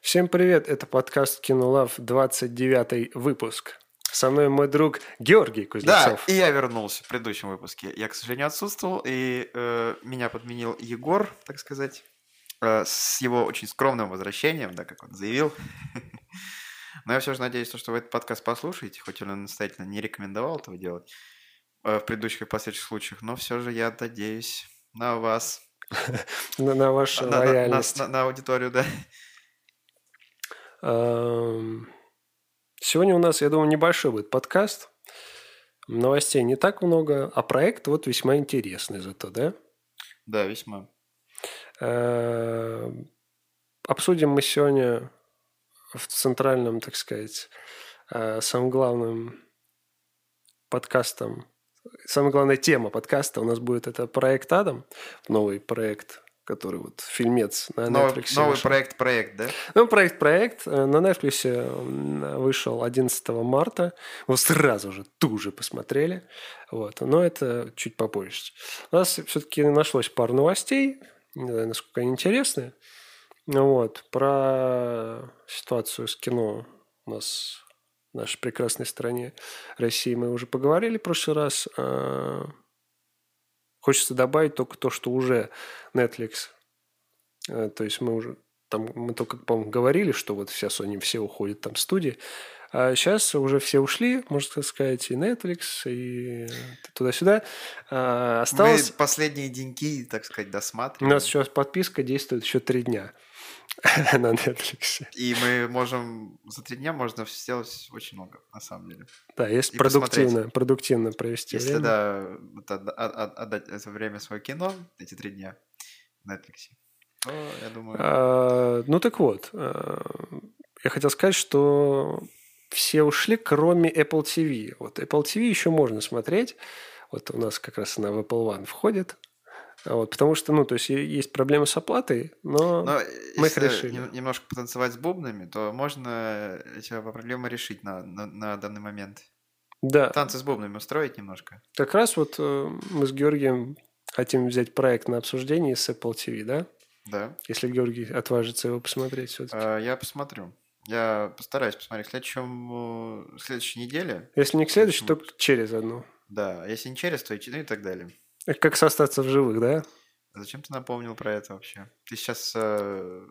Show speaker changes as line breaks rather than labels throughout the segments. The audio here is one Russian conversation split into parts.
Всем привет, это подкаст «Кинолав», 29 выпуск. Со мной мой друг Георгий
Да,
Кузнецов.
и я вернулся в предыдущем выпуске. Я, к сожалению, отсутствовал, и э, меня подменил Егор, так сказать, э, с его очень скромным возвращением, да, как он заявил. Но я все же надеюсь, то, что вы этот подкаст послушаете, хоть он и настоятельно не рекомендовал этого делать э, в предыдущих и последующих случаях, но все же я надеюсь на вас,
На, на вашу
на, на- на-
лояльность.
на- на аудиторию, да.
Эм, Сегодня у нас, я думаю, небольшой будет подкаст. Новостей не так много, а проект вот весьма интересный зато, да?
Да, весьма.
Э, Обсудим мы сегодня в центральном, так сказать, э, самым главным подкастом, самая главная тема подкаста у нас будет это проект Адам, новый проект, который вот фильмец на
Новый,
Netflix.
новый
вышел.
проект, проект, да?
Ну, проект-проект. Э, На Netflix э, вышел 11 марта. Его сразу же, тут же посмотрели. Вот. Но это чуть попозже. У нас все-таки нашлось пару новостей. Не знаю, насколько они интересны. Ну Вот. Про ситуацию с кино у нас в нашей прекрасной стране России мы уже поговорили в прошлый раз. Э, Хочется добавить только то, что уже Netflix Э, То есть мы уже там мы только, по-моему, говорили, что вот сейчас они все уходят там в студии. А сейчас уже все ушли, можно так сказать, и Netflix, и туда-сюда. А, осталось...
Мы последние деньги, так сказать,
У
досматриваем.
нас сейчас подписка действует еще три дня на Netflix.
И мы можем... За три дня можно сделать очень много, на самом деле.
Да, если
И посмотреть.
продуктивно, продуктивно провести
Если,
время.
да, вот отда- от- от- отдать это время свое кино, эти три дня в Netflix, то, я думаю...
А, Ну так вот, а, я хотел сказать, что все ушли, кроме Apple TV. Вот Apple TV еще можно смотреть. Вот у нас как раз она в Apple One входит. А Вот, потому что, ну, то есть е- есть проблемы с оплатой, но... ну,
но
мы
если
их решили.
нем- немножко потанцевать с бубнами, то можно эти проблемы решить на, на, на данный момент.
да,
Танцы с бубнами устроить немножко.
как раз вот э, мы с Георгием хотим взять проект на обсуждение с Apple TV, да?
Да.
Если Георгий отважится его посмотреть все-таки.
А, Я посмотрю. Я постараюсь посмотреть. В следующем, э, в следующей неделе,
Если не к следующей, то
почему?
через одну.
да, а если не через, то и ч- ну и так далее.
Э, Как остаться в живых, да?
А Зачем ты напомнил про это вообще? Ты сейчас... э,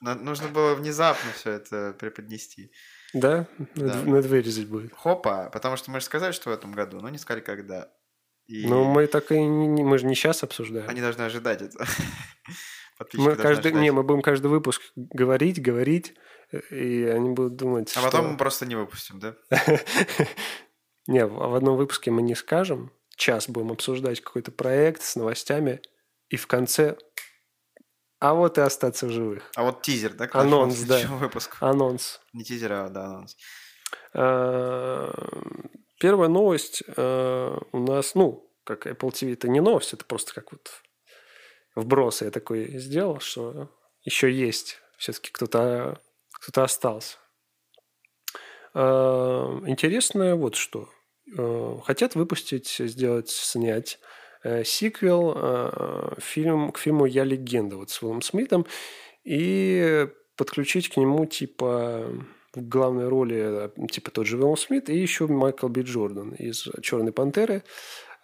на- Нужно было внезапно все это преподнести.
Да? Надо-
Да.
Надо вырезать будет.
Хопа, потому что мы же сказали, что в этом году, но не сказали, когда. И
Ну, мы так и не, не- мы же не сейчас обсуждаем.
они должны ожидать это. Подписчики
мы
должны
каждый,
ожидать.
не, мы будем каждый выпуск говорить, говорить, э, и они будут думать,
А
что-
потом мы просто не выпустим, да?
не, в в одном выпуске мы не скажем, час будем обсуждать какой-то проект с новостями, и в конце... А вот и остаться в живых.
А вот тизер, да? к
Анонс,
нашему
да.
следующему выпуску.
Анонс.
Не тизер, а да, анонс.
Э, Первая новость э, у нас, ну, как Apple TV, это не новость, это просто как вот вброс я такой сделал, что еще есть все-таки кто-то кто остался. Э, Интересно вот что. Э, Хотят выпустить, сделать, снять э, сиквел э, фильм, к фильму «Я легенда» вот с Уиллом Смитом и подключить к нему типа в главной роли э, типа тот же Уилл Смит и еще Майкл Би Джордан из «Черной пантеры»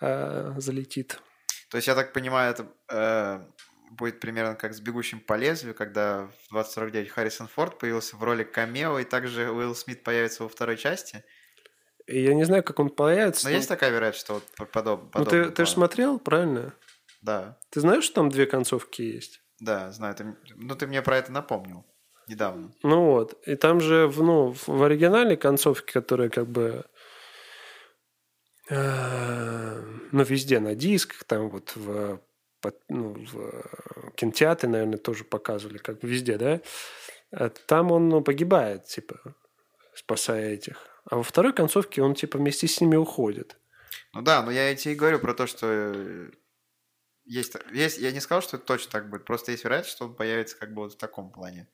э, залетит.
То есть, я так понимаю, это э, будет примерно как с «Бегущим по лезвию», когда в 2049 Харрисон Форд появился в роли камео, и также Уилл Смит появится во второй части.
И Я не знаю, как он появится.
Но есть такая вероятность, что вот подобное?
Ну, ты, ты же смотрел, правильно?
Да,
Ты знаешь, что там две концовки есть?
да, знаю. Ты... м- Ну, ты мне про это напомнил недавно.
Ну вот. И там же в, ну, в- в оригинальной концовке, которая как бы... э, Ну, везде на дисках, там вот в, под- ну, в кинотеатре, наверное, тоже показывали, как везде, да? А Там он ну, погибает, типа, спасая этих. А во второй концовке он, типа, вместе с ними уходит.
Ну да, но я и тебе и говорю про то, что э, есть, та- есть... Я не сказал, что это точно так будет, просто есть вероятность, что он появится как бы вот в таком плане.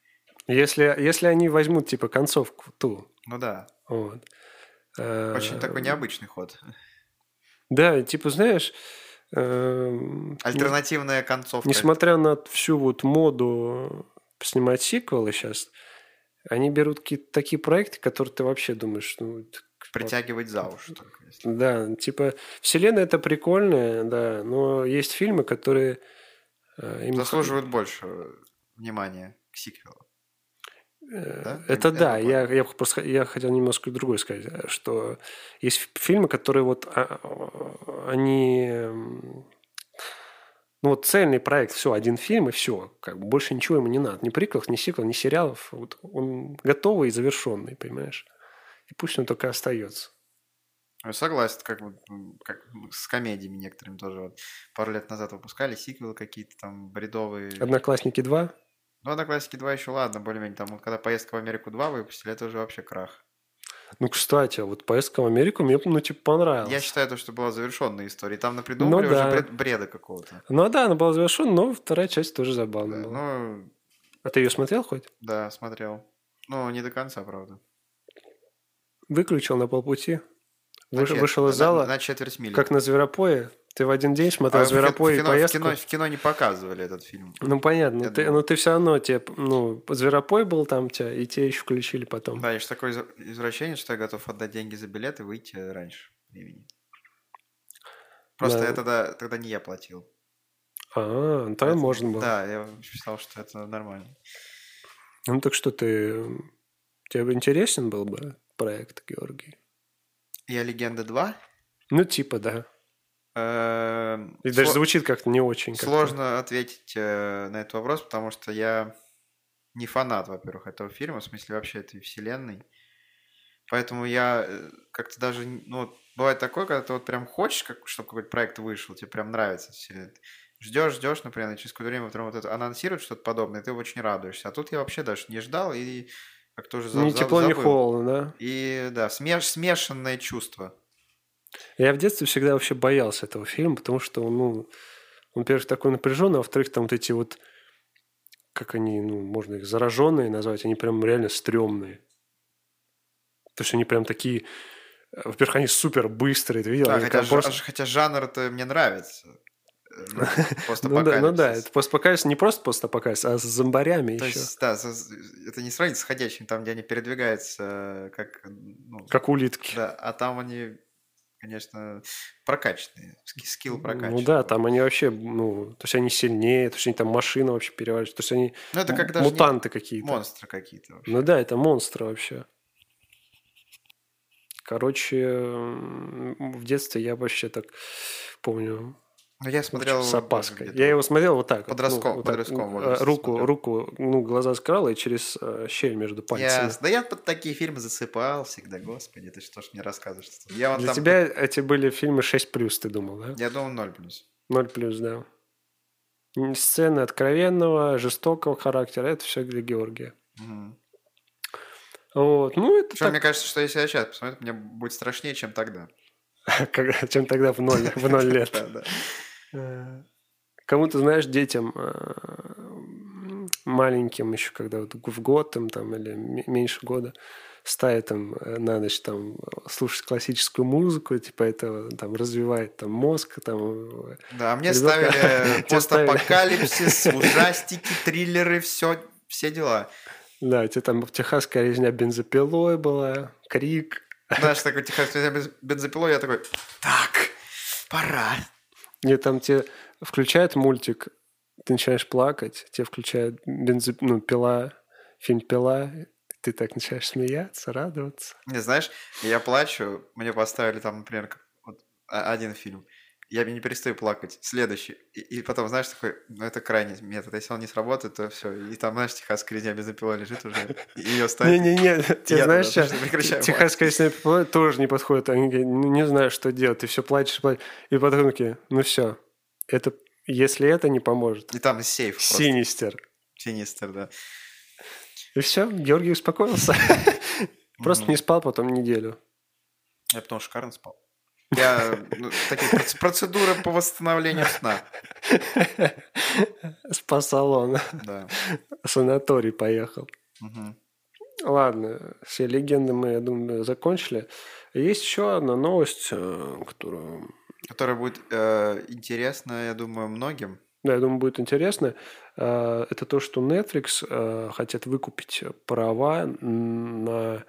Если, если они возьмут, типа, концовку ту,
Ну да,
вот.
очень
Э,
такой необычный ход.
Да, типа, знаешь, эм,
Альтернативная концовка.
несмотря на всю вот моду снимать сиквелы сейчас, они берут какие-то такие проекты, которые ты вообще думаешь, ну, это
Притягивать за уши. только, если-
да, типа, вселенная это прикольная, да, но есть фильмы, которые... э, им-
Заслуживают больше внимания к сиквелу.
э,
да?
Это
Я- я
да,
понял.
я, я, просто, х- я хотел немножко другое сказать, э, что есть ф- фильмы, которые вот а, а, они... эм, Ну вот цельный проект, все, один фильм и все, как бы больше ничего ему не надо, ни приквелов, ни сиквелов, ни сериалов, вот он готовый и завершенный, понимаешь? И пусть он только остается.
Я Ну, согласен, как, вот, м, как с комедиями некоторыми тоже. Вот, пару лет назад выпускали сиквелы какие-то там бредовые.
Одноклассники 2,
Ну, «Одноклассники 2» еще ладно, более-менее. Там, вот, когда «Поездка в Америку 2» выпустили, это уже вообще крах.
Ну, кстати, а вот поездка в Америку мне, ну, типа, понравилась.
Я считаю, то, что была завершенная история. Там напридумывали
Ну да.
уже бред- бреда какого-то.
Ну да, она была завершена, но вторая часть тоже забавная была.
Ну,
А ты ее смотрел хоть?
да, смотрел. Ну, не до конца, правда.
Выключил на полпути,
На
выш-
чет-
вышел из
на-
зала,
На, четверть мили.
как на Зверопое. Ты в один день смотрел
А в ки-
Зверопой
в
и
кино, в,
поездку.
кино, в кино не показывали этот фильм.
Ну, понятно,
Я
ты,
думаю.
но ты все равно, тебе, ну, Зверопой был там у тебя, и тебе еще включили потом.
Да, я же такой из- извращенец, что я готов отдать деньги за билет и выйти раньше времени. Просто
Да.
я тогда, тогда не я платил.
А, ну, там
Поэтому-
можно было.
Да, я считал, что это нормально.
Ну, так что ты... м, Тебе интересен был бы проект, Георгий?
Я «Легенда 2».
Ну, типа, да.
Эм,
И
сло-
даже звучит как-то не очень. как-то.
Сложно ответить э, на этот вопрос, потому что я не фанат, во-первых, этого фильма, в смысле вообще этой вселенной. Поэтому я э, как-то даже, н- ну, вот бывает такое, когда ты вот прям хочешь, как, чтобы какой-то проект вышел, тебе прям нравится все это. Ждешь, ждешь, например, и через какое-то время потом вот это анонсируют что-то подобное, и ты очень радуешься. А тут я вообще даже не ждал и как-то уже за-
Ни
за-
Ну, тепло, ни
забыл.
холодно, да?
И да, смеш- смешанное чувство.
Я в детстве всегда вообще боялся этого фильма, потому что он, ну, он, во-первых, такой напряженный, а во-вторых, там вот эти вот, как они, ну, можно их зараженные назвать, они прям реально стрёмные. То есть они прям такие, э, во-первых, они супер быстрые, ты видел?
Да,
Они
хотя,
как
ж-
просто-
ж- хотя жанр-то мне нравится. Э, ну,
Ну да, ну да,
постапокалипсис.
это постапокалипсис, не просто постапокалипсис, а с зомбарями
То
еще.
есть, да, за- это не сравнить с ходячим, там, где они передвигаются, э, как, ну,
Как улитки.
да, а там они, конечно, прокачанные, ски- скилл прокачанный.
ну да, там они вообще, ну, то есть они сильнее, то есть они там машина вообще переваривают, то есть они
Ну, это как
м-
даже не-
мутанты какие-то.
монстры какие-то. вообще.
Ну да, это монстры вообще. Короче, м, в детстве я вообще так помню
Ну, я смотрел...
с
даже
опаской.
где-то
Я его смотрел вот так. вот,
Подростковом-
вот так,
подростковом
э,
возрасте
руку,
смотрел.
руку, ну, глаза скрала и через э, щель между пальцами.
Я- Да я под такие фильмы засыпал всегда, господи, ты что ж мне рассказываешь? что-то. Я вон
Для
там-
тебя эти были фильмы 6 плюс, ты думал, да?
Я думал, ноль плюс.
0 плюс, да. М, Сцены откровенного, жестокого характера, это все для Георгия.
Мгм.
Вот, ну это
Причем
Ну так,
мне кажется, что если я сейчас посмотрю, мне будет страшнее, чем тогда.
как- чем тогда в ноль, в ноль лет.
Да, да.
Э, Кому-то, знаешь, детям э, маленьким еще, когда вот в год им там или ме- меньше года ставят им э, на ночь там э, слушать классическую музыку, типа это там развивает там мозг, там э,
Да, а мне
Ребенка-
ставили э,
тебе ставили.
постапокалипсис, ужастики, триллеры, все, все дела.
да, у тебя там техасская резня бензопилой была, крик.
Знаешь, такой техасский бенз- бензопилой, я такой, так, пора.
Нет, там тебе включают мультик, ты начинаешь плакать, тебе включают бензо... ну, пила, фильм «Пила», ты так начинаешь смеяться, радоваться.
Не, знаешь, я плачу, мне поставили там, например, как- вот, а- один фильм, я не перестаю плакать, следующий. И, и потом, знаешь, такой, ну это крайний метод, если он не сработает, то все. И там, знаешь, техасская резня бензопилой лежит уже, и ее ставят.
Не-не-не,
Я
тебе знаешь,
тогда
сейчас
точно прекращаю
техасская песня «Попала» тоже не подходит. Они говорят, ну не знаю, что делать, ты все плачешь, плачешь. И потом такие, ну все, это, если это не поможет,
И там сейф просто.
синистер.
Синистер, да.
И все, Георгий успокоился. Просто
Мгм.
не спал потом неделю.
Я потом шикарно спал. Я ну, такие проц- процедуры по восстановлению сна.
Спасал он,
Да.
в санаторий поехал.
Мгм.
Ладно, все легенды мы, я думаю, закончили. Есть еще одна новость, э, которую...
Которая будет э, интересна, я думаю, многим.
Да, я думаю, будет интересно. Э, Это то, что Netflix э, хотят выкупить права на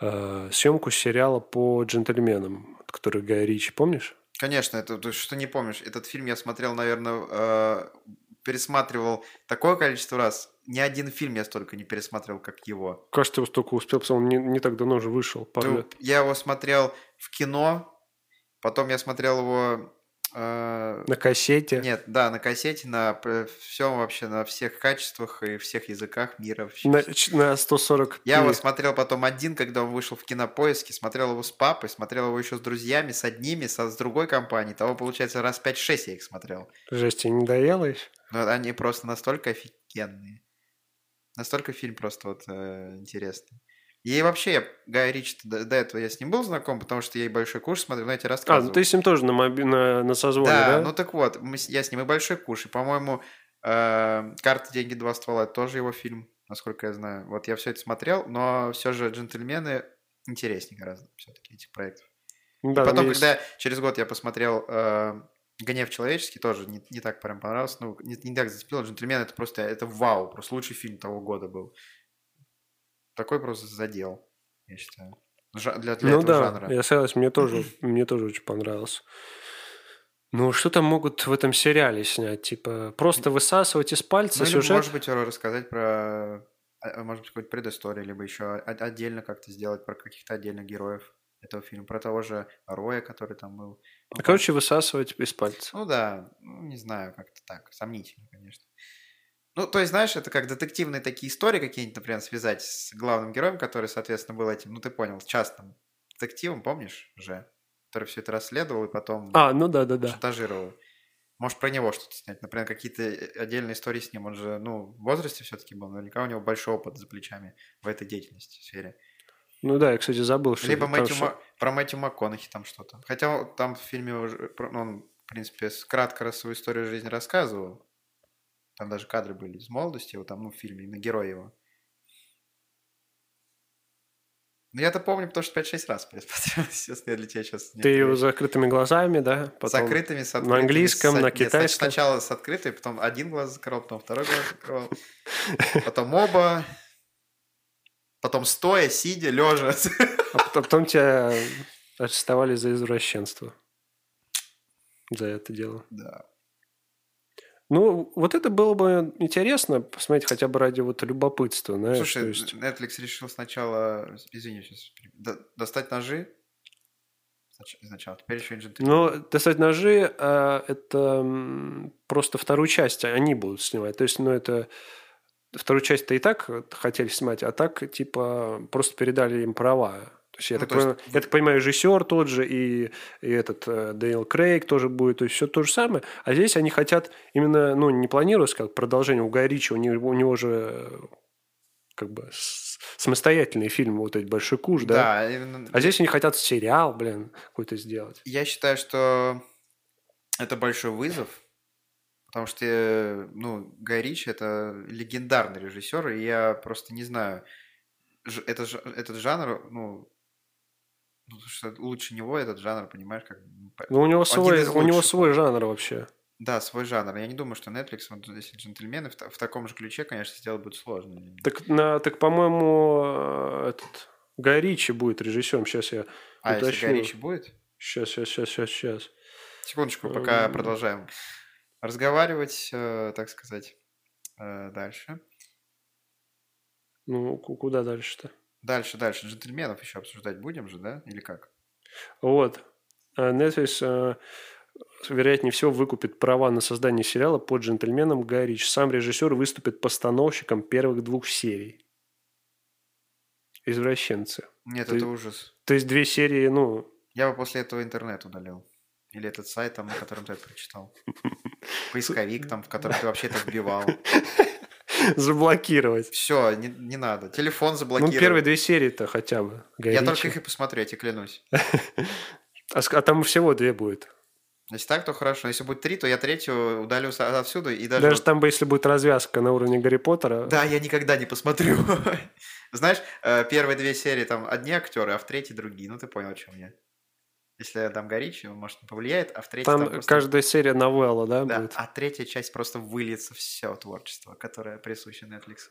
э, съемку сериала по джентльменам, который Гай Ричи, помнишь?
Конечно, это ты что не помнишь. Этот фильм я смотрел, наверное, пересматривал такое количество раз. Ни один фильм я столько не пересматривал, как его.
Кажется, его столько успел, потому что он не, не так давно уже вышел.
Ну,
Пару лет.
Я его смотрел в кино, потом я смотрел его... э,
На кассете.
Нет, да, на кассете, на всем вообще, на всех качествах и всех языках мира. вообще.
На, ч- на 140
Я его смотрел потом один, когда он вышел в кинопоиске, смотрел его с папой, смотрел его еще с друзьями, с одними, со, с другой компанией. Того, получается, раз 5-6 я их смотрел.
Жесть, тебе не доела еще?
Но они просто настолько офигенные. Настолько фильм просто вот э, интересный. И вообще, я, Гай Ричи, до, до этого я с ним был знаком, потому что я и «Большой куш» смотрел, но я
А,
тебе рассказывал.
ну ты с ним тоже на, моби- на, на созвоне,
да,
да?
ну так вот, мы с- я с ним и «Большой куш», и, по-моему, э, «Карты, деньги, два ствола» — это тоже его фильм, насколько я знаю. Вот я все это смотрел, но все же «Джентльмены» интереснее гораздо все-таки этих проектов.
Ну
И
да, там
потом,
есть-
когда через год я посмотрел э, «Гнев человеческий», тоже не, не так прям понравился, ну, не, не так зацепило. «Джентльмены» — это просто, это вау, просто лучший фильм того года был. Такой просто задел, я считаю. Жа- для для
ну
этого
да,
жанра.
я согласен, мне тоже, мне тоже очень понравился. Ну, что там могут в этом сериале снять? Типа, просто высасывать из пальца
Ну, либо,
сюжет?
может быть, рассказать про, а, а, может быть, какую-то предысторию, либо еще о- отдельно как-то сделать про каких-то отдельных героев этого фильма, про того же Роя, который там был.
Ну, Короче, высасывать из пальца.
Ну да, ну, не знаю, как-то так, сомнительно, конечно. Ну, то есть, знаешь, это как детективные такие истории какие-нибудь, например, связать с главным героем, который, соответственно, был этим, ну ты понял, частным детективом, помнишь же, который все это расследовал и потом
А, ну да-да-да.
шантажировал. Может, про него что-то снять. Например, какие-то э, отдельные истории с ним. Он же, ну, в возрасте все-таки был. Наверняка у него большой опыт за плечами в этой деятельности, в сфере.
Ну да, я, кстати, забыл, что...
Либо
там
Мэтью
что-
Ма- про Мэтью МакКонахи там что-то. Хотя он- там в фильме уже, про- ну, он, в принципе, с- кратко раз свою историю жизни рассказывал. Там даже кадры были из молодости его там, ну, в фильме, на героя его. Ну, я-то помню, потому что 5-6 раз пересмотрел, естественно, я для тебя сейчас...
Ты его с закрытыми глазами, да? Потом...
С открытыми, с
на
открытыми,
английском,
с-
на
нет, сна-
китайском.
сначала с открытой, потом один глаз закрывал, потом второй глаз закрывал, потом оба, потом стоя, сидя, лежа.
А потом, потом тебя арестовали за извращенство. За это дело.
Да.
Ну, вот это было бы интересно посмотреть хотя бы ради вот любопытства, знаешь,
Слушай,
то есть...
Netflix решил сначала, извини, сейчас, достать ножи Снач- сначала, теперь еще и джентльмен.
Но Ну, достать ножи а, это м, просто вторую часть они будут снимать. То есть, ну, это вторую часть-то и так хотели снимать, а так, типа, просто передали им права. То есть, я,
Ну,
так,
то есть
понимаю, я так понимаю, режиссер тот же, и, и этот э, Дэниел Крейг тоже будет, то есть все то же самое. А здесь они хотят именно, ну, не планируется как продолжение у Гай Ричи, у него, у него же э, как бы с- самостоятельный фильм, вот этот «Большой куш», да?
Да, именно-
А здесь они хотят сериал, блин, какой-то сделать.
Я считаю, что это большой вызов, потому что, э, ну, Гай Ричи это легендарный режиссер, и я просто не знаю, ж- это, ж- этот жанр, ну, ну, потому что лучше него этот жанр, понимаешь, как... бы, ну, по-
Ну, у него свой,
из
у него
лучших.
свой жанр вообще.
Да, свой жанр. Я не думаю, что Netflix, вот если джентльмены в, та- в таком же ключе, конечно, сделать будет сложно.
Так, на, так по-моему, э, этот Гай Ричи будет режиссером. Сейчас я
а если
уточню.
Гай Ричи будет?
Сейчас, сейчас, сейчас, сейчас, сейчас.
Секундочку, пока
Эм.
продолжаем разговаривать, э, так сказать, э, дальше.
Ну, ку- куда дальше-то?
Дальше, дальше. Джентльменов еще обсуждать будем же, да? Или как?
Вот. Э, Netflix, э, вероятнее всего, выкупит права на создание сериала по джентльменам Гай Ричи. Сам режиссер выступит постановщиком первых двух серий. Извращенцы.
Нет,
Ты-
это ужас.
То есть две серии, ну...
Я бы после этого интернет удалил. Или этот сайт, там, на котором ты это прочитал. Поисковик там, в котором ты вообще это вбивал.
заблокировать.
Все, не, не надо. Телефон
Ну,
заблокировал.
первые две серии-то хотя бы. Гай
Я
Ричи.
только их и посмотрю, я тебе клянусь.
А, ск- а там всего две будет.
Если так, то хорошо. Если будет три, то я третью удалю со- отсюда и даже...
Даже,
вот-
там бы, если будет развязка на уровне Гарри Поттера,
Да, я никогда не посмотрю. Знаешь, э, первые две серии там одни актеры, а в третьей другие. Ну, ты понял, о чем я. Если там горичи, может, не повлияет, а в третьей
Там
просто-
каждая серия новелла, да,
Да,
будет?
а третья часть просто выльется все творчество, которое присуще Netflix.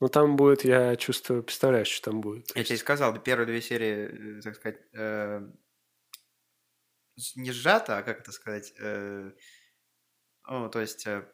Ну, там будет, я чувствую, представляешь, что там будет. То
Я тебе и
есть
сказал, да, первые две серии, э, так сказать, э, с- не сжато, а как это сказать, э, ну, то есть э,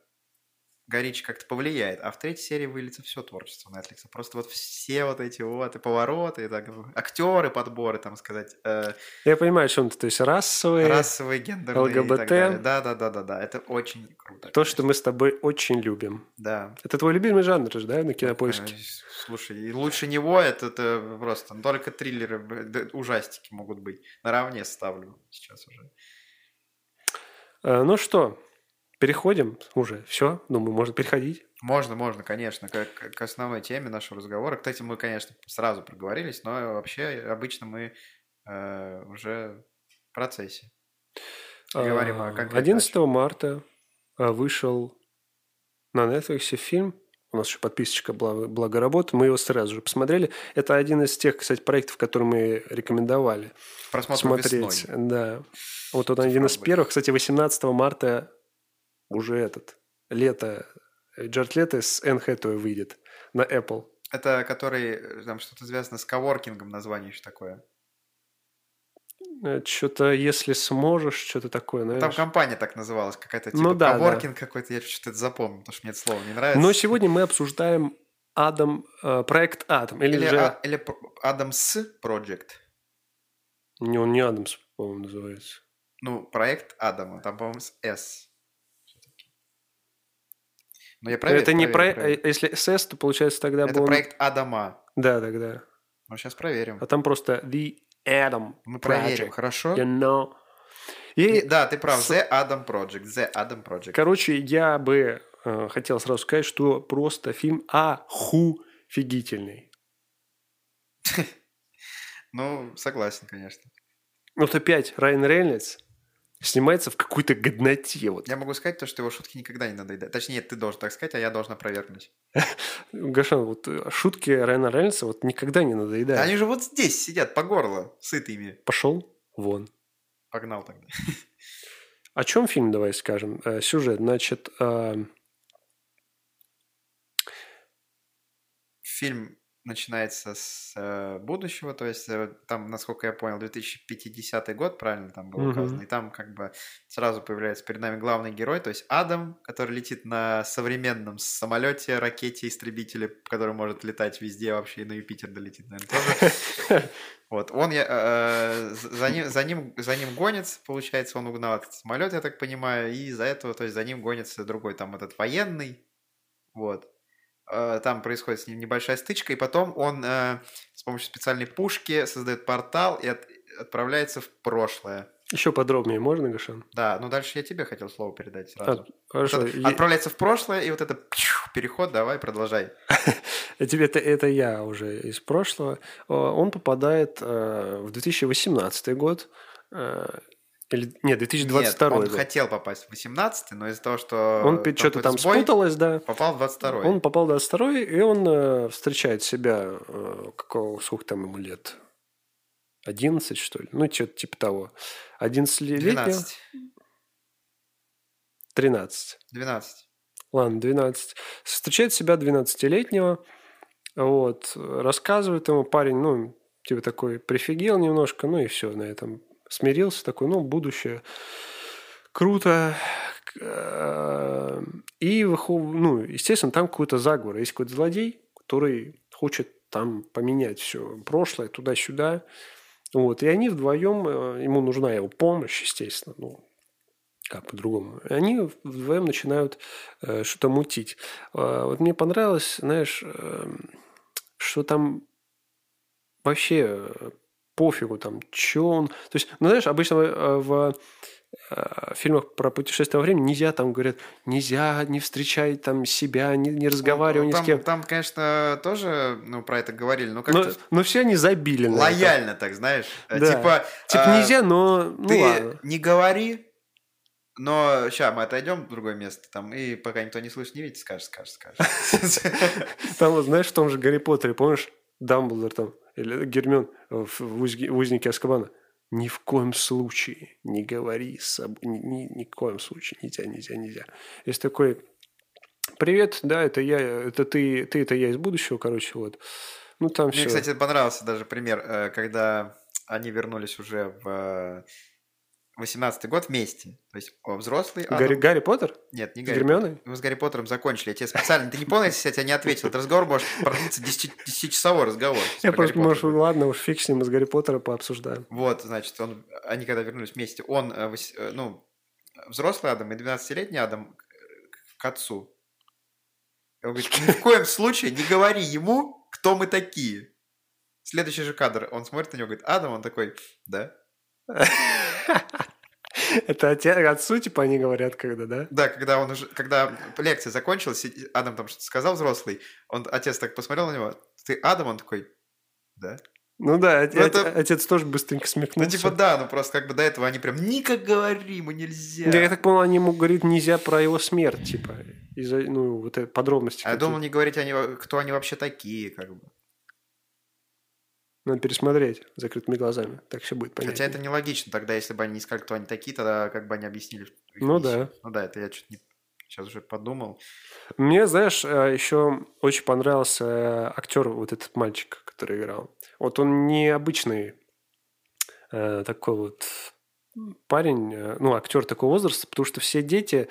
горечь как-то повлияет, а в третьей серии выльется все творчество Netflix. Просто вот все вот эти вот и повороты, и так, актеры, подборы, там сказать, э,
Я понимаю, о чем ты. То есть расовые,
расовые, гендерные и так
ЛГБТ.
далее. Да-да-да-да-да, это очень круто.
то, что мы с тобой очень любим.
Да,
Это твой любимый жанр же, да, на кинопоиске?
Э, с- Слушай, и лучше него это, это просто ну, только триллеры, б- да, ужастики могут быть. Наравне ставлю сейчас уже.
Э, Ну что, переходим уже. Все, думаю, можно переходить.
Можно, можно, конечно, как, как к основной теме нашего разговора. Кстати, мы, конечно, сразу проговорились, но вообще обычно мы э, уже в процессе. Говорим а о
Э,
конкретной
11 марта э, вышел на Netflix фильм. У нас еще подписочка была «Благоработ». Мы его сразу же посмотрели. Это один из тех, кстати, проектов, которые мы рекомендовали.
Просмотр
смотреть.
весной.
Да. Вот он
Ты
один из
прав, блин.
первых. Кстати, 18 марта уже этот, лето, э, Джаред Лето с Энн Хэтэуэй выйдет на Apple.
Это который, э, там что-то связано с коворкингом, название еще такое.
Что-то, Э, если сможешь, что-то такое,
Там
наверное.
компания так называлась, какая-то типа
Ну да, да.
коворкинг какой-то, я что-то это запомнил, потому что мне это слово не нравится.
Но сегодня мы обсуждаем Адам, э, проект Адам. Или,
Или,
же...
а- или П- Адамс Project.
Не, он не Адамс, по-моему, называется.
Ну, проект Адама, там, по-моему, с S. всё-таки. Ну, я проверю.
это не
проверю,
проект...
проверю.
Если СС, то получается тогда
Это
был он-
проект Адама.
Да, тогда.
Ну, сейчас проверим.
А там просто The Adam
Мы проверим,
Project.
хорошо?
You know. И
И- Да, ты прав.
с-
The Adam Project. The Adam Project.
Короче, я бы э, хотел сразу сказать, что просто фильм охуфигительный.
Ну, согласен, конечно.
Ну, Вот опять Райан Рейнольдс снимается в какой-то годноте. Вот.
Я могу сказать то, что его шутки никогда не надоедают. Точнее, ты должен так сказать, а я должен опровергнуть.
Гошан, вот э, шутки Райана Рейнольдса вот никогда не надоедают.
Они же вот здесь сидят по горло, сытыми.
Пошел вон.
Погнал тогда.
О чем фильм, давай скажем? Э, сюжет, значит... э,
фильм начинается с э, будущего, то есть э, там, насколько я понял, 2050 год, правильно там было
Мгм.
указано, и там как бы сразу появляется перед нами главный герой, то есть Адам, который летит на современном самолете, ракете, истребителе, который может летать везде вообще, и на Юпитер долетит, наверное, тоже. Вот, он, я, э, э, за, ним, за, ним, за ним гонится, получается, он угнал этот самолет, я так понимаю, и из-за этого, то есть за ним гонится другой там этот военный, вот. Э, Там происходит с ним небольшая стычка, и потом он э, с помощью специальной пушки создает портал и от- отправляется в прошлое.
еще подробнее можно, Гошан?
Да, ну дальше я тебе хотел слово передать сразу. Вот
Хорошо.
это
е-
Отправляется в прошлое, и вот это пчух, переход, давай, продолжай.
э, Тебе это, это я уже из прошлого. Э, Он попадает э, в 2018 год. э, Или, нет, 2022
Нет, он
год.
хотел опасть в 18 но из-за того, что...
Он
там
что-то
Э, какой-то
там
сбой,
спуталось, да.
Попал в 22
Он попал до 22 и он э, встречает себя, э, какого, сколько там ему лет? 11, что ли? Ну, что-то типа того. 11-летнего?
12.
13.
12.
Ладно, 12. Встречает себя 12-летнего. Вот. Рассказывает ему парень, ну, типа такой, прифигел немножко, ну и все на этом. Смирился такой, ну, будущее. Круто. К- э, И, выху- ну, естественно, там какой-то заговор. Есть какой-то злодей, который хочет там поменять все прошлое туда-сюда. Вот. И они вдвоем, э, ему нужна его помощь, естественно, ну, как по-другому. И они вдвоем начинают э, что-то мутить. Э, Вот мне понравилось, знаешь, эм, что там вообще э, пофигу там, что он... То есть, ну, знаешь, обычно э, в э, фильмах про путешествие во времени нельзя там, говорят, нельзя, не встречай там себя, не, не разговаривай ни
Ну, там,
с кем.
Там, конечно, тоже ну, про это говорили, но
Но,
как-то
но все они забили на это.
лояльно, так знаешь. Э,
Ну, Да.
Типа,
Типа
а,
нельзя, но ну
ты
ладно.
не говори, но сейчас мы отойдем в другое место, там, и пока никто не слышит, не видит, скажешь, скажешь, скажешь.
Там, вот, знаешь, в том же Гарри Поттере, помнишь, Дамблдор там, или Гермион э, в, в «Уз- в «Узнике Азкабана». ни в коем случае не говори с собой, ни, ни, ни в коем случае, нельзя, нельзя, нельзя. Есть такой, привет, да, это я, это ты, ты, это я из будущего, короче, вот. Ну, там
Мне,
все.
кстати, понравился даже пример, э, когда они вернулись уже в 18 год вместе. То есть о, взрослый... Адам-
Гарри, Гарри Поттер?
Нет, а, ну,
С
не Гарри
Гермионой?
Поттер. Мы с Гарри Поттером закончили. Я тебе специально... Ты не понял, если я тебя не ответил? Этот разговор может продлиться 10 10-часовой разговор. если
Я
про
просто,
Гарри
может,
Поттера.
ладно, уж фиг с ним, из Гарри Поттера пообсуждаем.
Вот, значит, он, они когда вернулись вместе, он, э, вось- э, ну, взрослый Адам и 12-летний Адам к- к отцу. И Он говорит, ни в коем случае не говори ему, кто мы такие. Следующий же кадр, он смотрит на него, говорит, Адам, он такой, да.
Это отя- отцу, типа, они говорят, когда, да?
Да, когда он уже, когда лекция закончилась, и Адам там что-то сказал взрослый, он, отец так посмотрел на него, ты Адам, он такой, да.
Ну да, от-
Ну, это-
от- отец тоже быстренько
Ну,
смекнулся.
типа, да, ну просто как бы до этого они прям, никак говори ему нельзя. А
Да, я так понял, они ему говорят нельзя про его смерть, типа, из-за, ну, вот это подробности.
А я
какие-то.
думал не говорить, они, во- кто они вообще такие, как бы.
Надо пересмотреть закрытыми глазами, так все будет понятно.
Хотя это нелогично тогда, если бы они не сказали, кто они такие, тогда как бы они объяснили. их
Ну
миссию.
да.
Ну да, это я чуть не... Сейчас уже подумал.
Мне, знаешь, еще очень понравился актер, вот этот мальчик, который играл. Вот он необычный э, такой вот парень, э, ну, актер такого возраста, потому что все дети,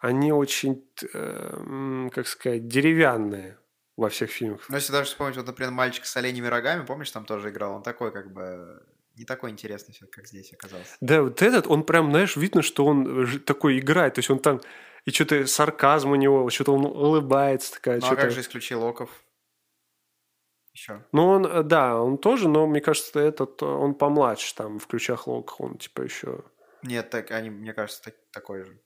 они очень, э, м, как сказать, деревянные во всех фильмах.
Но если даже вспомнить, вот, например, мальчик с оленями рогами, помнишь, там тоже играл, он такой как бы... Не такой интересный все, как здесь оказался.
Да, вот этот, он прям, знаешь, видно, что он ж- такой играет, то есть он там, и что-то сарказм у него, что-то он улыбается такая,
ну а
что-то...
как же исключил Оков? Еще.
Ну, он, э, да, он тоже, но мне кажется, этот, э, он помладше там в ключах локах, он типа еще...
Нет, так они, мне кажется, так- такой же.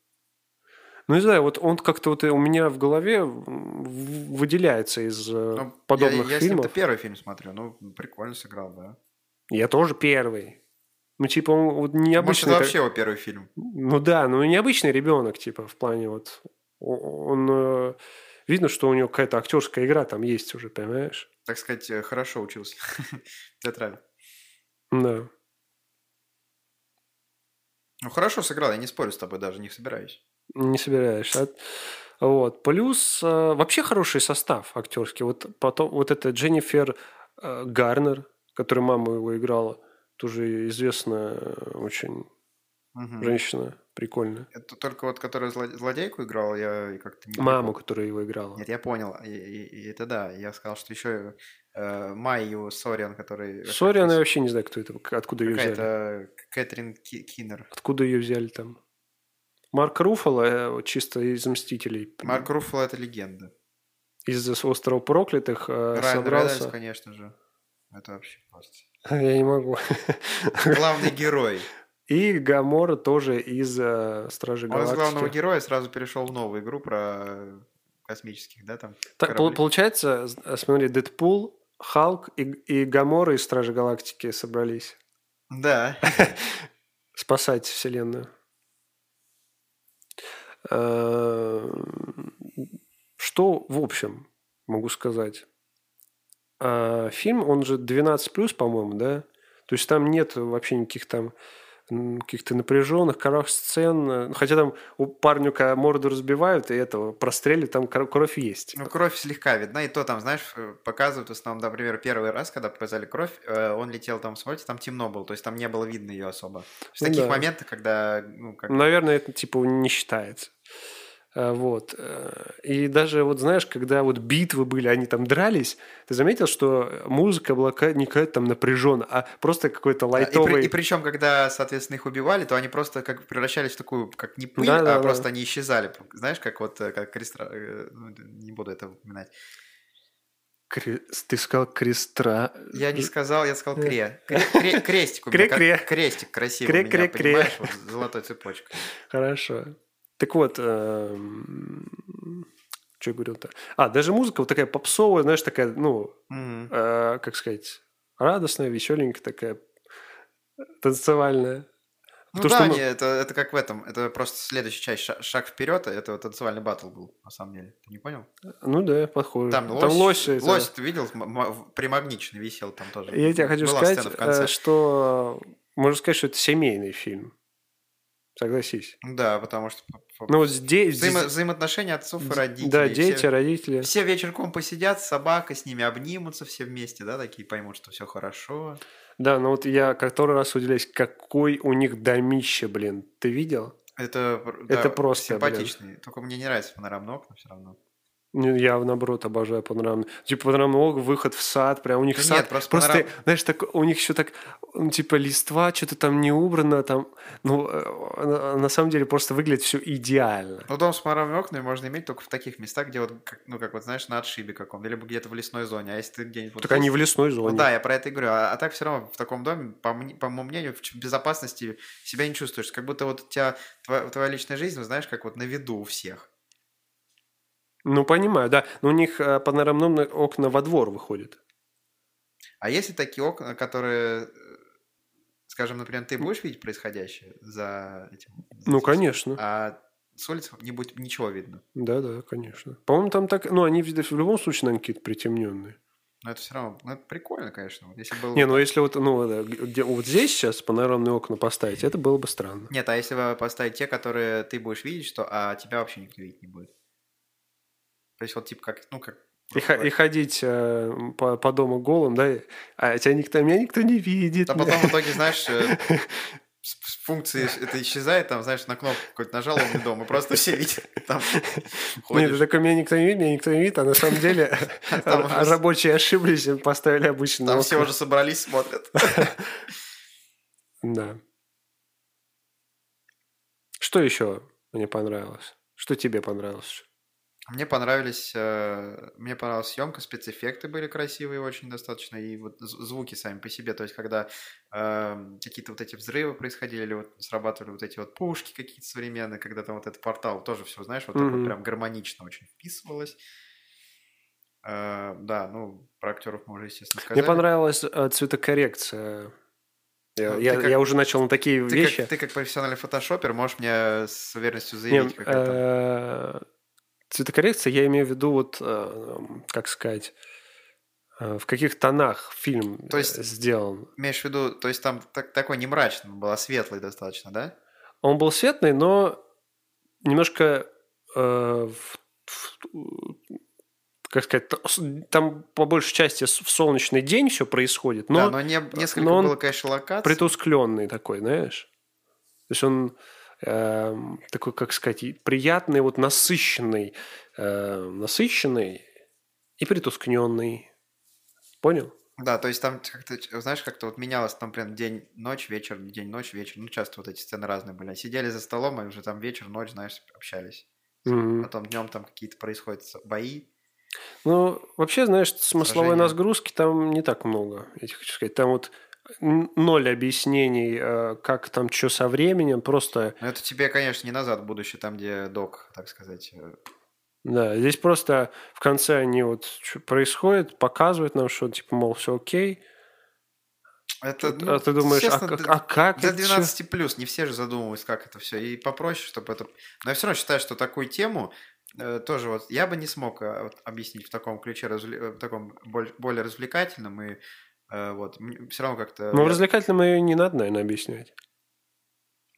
Ну, не знаю, вот он как-то вот и у меня в голове м, в- выделяется из э,
Ну, я-
подобных
я, с ним-то
фильмов.
первый фильм смотрю, ну, прикольно сыграл, да.
Я тоже первый. Ну, типа, он вот
Может,
необычный.
это
так-
вообще его первый фильм.
Ну да, ну необычный ребенок, типа, в плане вот... о- Он... э, Видно, что у него какая-то актерская игра там есть уже, понимаешь?
Так сказать, э, хорошо учился. Театрально.
Да.
Ну, хорошо сыграл, я не спорю с тобой даже, не собираюсь.
Не собираешься. От- Вот. Плюс э, вообще хороший состав актерский. Вот потом вот эта Дженнифер э, Гарнер, которая мама его играла, тоже известная э, очень
Мгм.
женщина, прикольная.
Это только вот, которая зло- злодейку играл, я и как-то не...
Маму,
припомню.
которая его играла.
Нет, я понял. И, и- и это да. Я сказал, что еще Майю Сориан, который...
Сорян, я
актриса.
вообще не знаю, кто это, к- откуда ее взяли.
Какая-то Кэтрин Ки- Киннер.
Откуда ее взяли там. Марк Руффало э, вот чисто из «Мстителей».
Марк Руффало — это легенда.
Из «Острова проклятых» э,
Райан Рейнольдс,
собрался.
конечно же. Это вообще просто.
Я не могу.
Главный герой.
И Гамора тоже из э, «Стражей
Он из
Галактики».
главного героя сразу перешел в новую игру про э, космических, да, там?
Так, пол-
корабли.
получается, з- э, смотри, Дэдпул, Халк и, и Гамора из Стражи Галактики собрались
Да.
спасать Вселенную. Э, Что, в общем, могу сказать. А, Фильм, он же 12+, по-моему, да? То есть там нет вообще никаких там м, каких-то напряженных кровавых сцен. Э, Хотя там у парню, когда морду разбивают, и этого простреливают, там кро- кровь есть.
Ну, кровь слегка видна, и то там, знаешь, э, показывают в основном, например, первый раз, когда показали кровь, э, он летел там, смотрите, там темно было, то есть там не было видно ее особо. В
Ну
таких
да.
моментах, когда, ну, как...
Наверное, это типа не считается. А, Вот. э, И даже вот знаешь, когда вот битвы были, они там дрались, ты заметил, что музыка была какая- не какая-то там напряженная, а просто какой-то
Да, И,
лайтовый...
причем, когда, соответственно, их убивали, то они просто как бы превращались в такую, как не пыль,
Да,
а
да, да.
просто они исчезали. Знаешь, как вот, э, как Кристра... э, ну, Не буду это упоминать.
Кре- Ты сказал крестра...
Я не сказал, я сказал
Э.
кре. Кре- кре- Крестик у меня.
Кре-кре.
как- Крестик красивый у меня,
Кре-кре-кре.
понимаешь? вот с Золотой цепочкой.
Хорошо. Так вот, э, что я говорил-то? А, даже музыка вот такая попсовая, знаешь, такая, ну,
Мгм.
э, как сказать, радостная, веселенькая такая, э, танцевальная.
Ну
То,
да,
что мы-
не, это, это как в этом. Это просто следующая часть ша- шаг вперед. а Это танцевальный батл был, на самом деле. Ты не понял?
Ну да, похоже.
Там лось.
лось, э, это-
лось, ты видел, м- м- в- примагничный висел там тоже.
Я тебе хочу
Была
сказать,
сцена в конце.
э, что можно сказать, что это семейный фильм. Согласись.
Да, потому что
э, Ну вот здесь...
взаимо-
здесь-
взаимоотношения отцов и родителей.
Да,
все-
дети, родители.
Все вечерком посидят, собака с ними обнимутся все вместе, да, такие поймут, что все хорошо.
Да, но вот я который раз удивляюсь, какой у них домище, блин. Ты видел?
Это, пр-
Это просто, блин.
симпатичный. Только мне не нравится панорамный окна все равно.
Ну, Я, наоборот, обожаю панорамный. Типа панорамный окна, выход в сад, прям у них
Да
сад.
нет, просто панорам-
знаешь, так, у них еще так, ну, типа, листва, что-то там не убрано, там, ну, э, на- на самом деле просто выглядит все идеально.
Ну, дом с панорамными окнами можно иметь только в таких местах, где вот, как- ну, как вот, знаешь, на отшибе каком-то, либо где-то в лесной зоне. А если ты где-нибудь... вот
Так они
есть-
в лесной зоне.
Ну да, я про это и говорю. А, а так все равно в таком доме, по, мне- по моему мнению, в ч- безопасности себя не чувствуешь. Как будто вот у тебя твоя, твоя личная жизнь, ну, знаешь, как вот на виду у всех.
Ну, понимаю, да. Но у них э, панорамные окна во двор выходят.
А если такие окна, которые, э, скажем, например, ты будешь видеть происходящее за этим? за
Ну,
этим всем?
конечно.
А с улицы не будет ничего видно.
Да, да, конечно. По-моему, там так... Ну, они в в любом случае, наверное, какие-то притемненные.
Но это все равно, ну, это прикольно, конечно. Вот если было...
Не, ну если вот, ну, да, где, вот здесь сейчас панорамные окна поставить, это было бы странно.
Нет, а если вы поставить те, которые ты будешь видеть, что а тебя вообще никто видеть не будет. То есть вот типа как, ну как...
И, ха- и ходить э, по, по дому голым, да, и- а тебя никто, меня никто не видит.
А потом в итоге, знаешь, э, с- с функции это исчезает, там, знаешь, на кнопку какой-то нажал умный дом, и просто все видят, там
Нет,
ходишь.
ты такой, меня никто не видит, меня никто не видит, а на самом деле
Там
р-
уже-
рабочие ошиблись, и поставили обычные
Там все
окна.
уже собрались, смотрят.
Да. Что еще мне понравилось? Что тебе понравилось?
Мне понравились, э, мне понравилась съемка, спецэффекты были красивые очень достаточно, и вот з- звуки сами по себе, то есть когда эм, какие-то вот эти взрывы происходили, или вот срабатывали вот эти вот пушки какие-то современные, когда там вот этот портал тоже все, знаешь, вот так вот
Мгм.
прям гармонично очень вписывалось. Э, да, ну, про актеров мы уже, естественно, сказали.
Мне понравилась э, цветокоррекция. Я,
Ну,
я-
ты как-
я уже начал на такие
Ты
вещи.
как, ты как профессиональный фотошопер можешь мне с уверенностью
Не,
заявить, как это?
э, Цветокоррекция, я имею в виду, вот, э, как сказать, э, в каких тонах фильм
То есть-
э, сделан.
Имеешь в виду, то есть там так- такой не мрачный был, а светлый достаточно, да?
Он был светлый, но немножко, э, в- в- как сказать, т- с- там по большей части с- в солнечный день все происходит, но,
да, но не- несколько
Ну но он
было, конечно, локаций.
притускленный такой, знаешь. То есть он эм, такой, как сказать, и приятный, вот насыщенный, э, насыщенный и притускненный. Понял?
Да, то есть там как-то, ч- знаешь, как-то вот менялось там прям день-ночь, вечер, день-ночь, вечер. Ну, часто вот эти сцены разные были. А Сидели за столом, и уже там вечер, ночь, знаешь, общались.
Мгм.
Потом днем там какие-то происходят с- бои.
Ну, вообще, знаешь, смысловой
Сражение.
нагрузки там не так много, я тебе хочу сказать. Там вот н- ноль объяснений, э, как там что со временем, просто,
Но это тебе, конечно, не назад в будущее, там, где док, так сказать. э,
да, здесь просто в конце они вот чё происходит, показывают нам, что типа, мол, все окей,
Это, ну,
а ты думаешь, а,
честно,
как-
д-
а как
До
это всё?
12 плюс, не все же задумываются, как это все. И попроще, чтобы это. Но я все равно считаю, что такую тему э, тоже вот я бы не смог э, вот объяснить в таком ключе, развле- э, в таком боль- более развлекательном и э, вот все равно как-то.
Ну,
я-
развлекательным ее не надо, наверное, объяснять.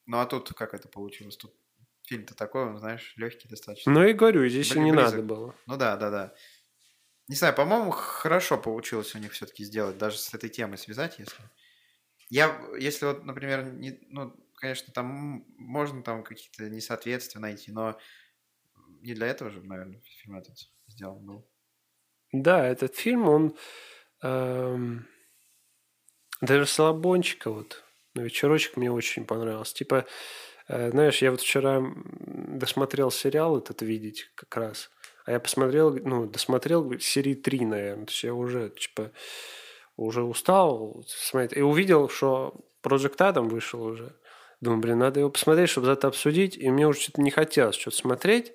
Ну а тут как это получилось? Тут фильм-то такой, он, знаешь, легкий достаточно.
Ну и говорю, здесь
Блин,
и не
близок.
надо было.
Ну да, да, да. Не знаю, по-моему, хорошо получилось у них все-таки сделать, даже с этой темой связать, если. Я, если вот, например, не- ну, конечно, там можно там какие-то несоответствия найти, но не для этого же, наверное, фильм этот сделан был.
Да, этот фильм, он эм, даже Солобончика вот на вечерочек мне очень понравился. Типа, э, знаешь, я вот вчера м, досмотрел сериал этот «Видеть» как раз, а я посмотрел, ну, досмотрел говорит, серии 3, наверное, то есть я уже, типа, уже устал смотреть, и увидел, что Project Adam вышел уже. Думаю, блин, надо его посмотреть, чтобы это обсудить, и мне уже что-то не хотелось что-то смотреть,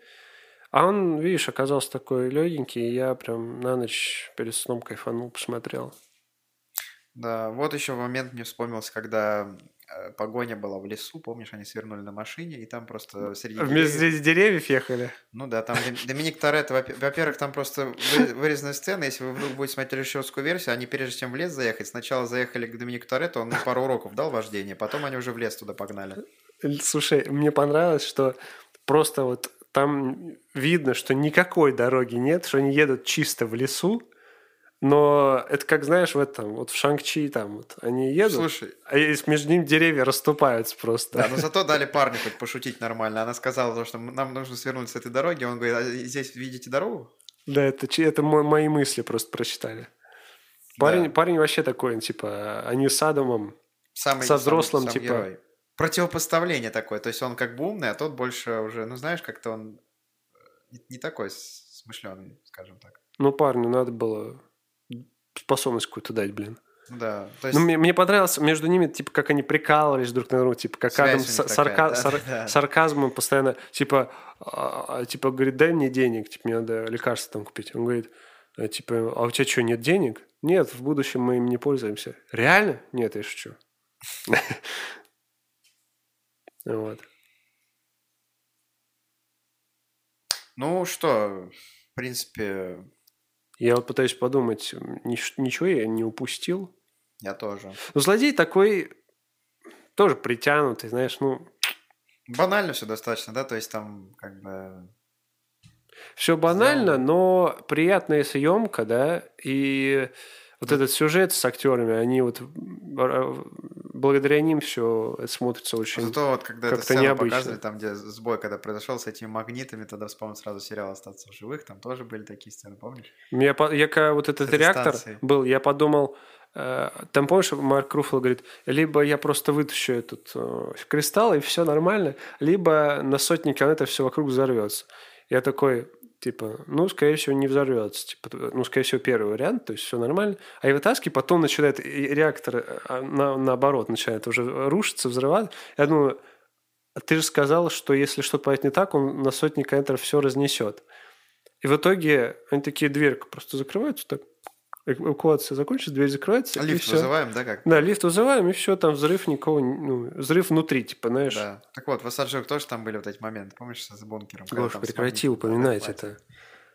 а он, видишь, оказался такой легенький, и я прям на ночь перед сном кайфанул, посмотрел.
Да, вот еще момент мне вспомнился, когда э, погоня была в лесу, помнишь, они свернули на машине, и там просто среди... деревьев-
Вместе деревьев ехали.
Ну да, там Дом- Доминик Торетто, во- во-первых, там просто вы- вырезаны сцены, если вы вдруг будете смотреть режиссерскую версию, они прежде чем в лес заехать, сначала заехали к Доминику Торетто, он им пару уроков дал вождение, потом они уже в лес туда погнали.
Л- Слушай, мне понравилось, что просто вот там видно, что никакой дороги нет, что они едут чисто в лесу, но это как, знаешь, в этом, вот в Шанг-Чи там вот они едут,
Слушай,
а и с- между ними деревья расступаются просто.
Да, но зато дали парню хоть пошутить нормально. Она сказала, то, что нам нужно свернуть с этой дороги. Он говорит, а здесь видите дорогу?
Да, это, чи- это мо- мои мысли просто прочитали. Парень,
Да.
парень вообще такой, типа, они с Адамом.
Самый,
Со взрослым, типа.
герой. Противопоставление такое. То есть он как бы умный, а тот больше уже, ну знаешь, как-то он э, не, не такой с- смышленый, скажем так.
Ну, парню надо было способность какую-то дать, блин.
Ну да, то есть
Ну, мне, мне понравилось между ними, типа, как они прикалывались друг на друга, типа, как
Связь
Адам
у них
са-
такая,
сарка-
да,
сар-
да.
сарказмом постоянно, типа, а, а, типа, говорит, дай мне денег, типа, мне надо лекарства там купить. Он говорит, э, типа, а у тебя что, нет денег? Нет, в будущем мы им не пользуемся. Реально? Нет, я шучу. Вот.
ну что, в принципе,
Я вот пытаюсь подумать, нич- ничего я не упустил.
я тоже.
Ну, злодей такой тоже притянутый, знаешь, ну,
Банально все достаточно, да, то есть там как бы...
все банально, но приятная съемка, да, и вот этот сюжет с актерами, они вот м, р- благодаря ним все смотрится очень.
Зато вот когда
как-то
эту сцену
необычно.
показывали, там где сбой, когда произошел с этими магнитами, тогда вспомнил сразу сериал «Остаться в живых», там тоже были такие сцены, помнишь?
Меня, по- я когда вот этот
Это
реактор
станции.
был, я подумал, э, там помнишь, Марк Руффало говорит, либо я просто вытащу этот э, кристалл и все нормально, либо на сотни километров все вокруг взорвется. Я такой, типа, ну, скорее всего, не взорвется. Типа, ну, скорее всего, первый вариант, то есть все нормально. А его таски потом начинает, и реактор э, а, на, наоборот начинает уже рушиться, взрываться. Я думаю, «А ты же сказал, что если что-то пойдет не так, он на сотни километров все разнесет. И в итоге они такие дверка просто закрываются, так эваку- эвакуация закончится, дверь закрывается, и
Ну, Лифт
все.
вызываем, да, как?
Да, лифт вызываем, и все, там взрыв никого, не- ну, взрыв внутри, типа, знаешь.
Да. Так вот, в Ассаджук тоже там были вот эти моменты, помнишь, с бункером? когда
Гош,
там с
прекрати
магнитом,
упоминать
да,
это,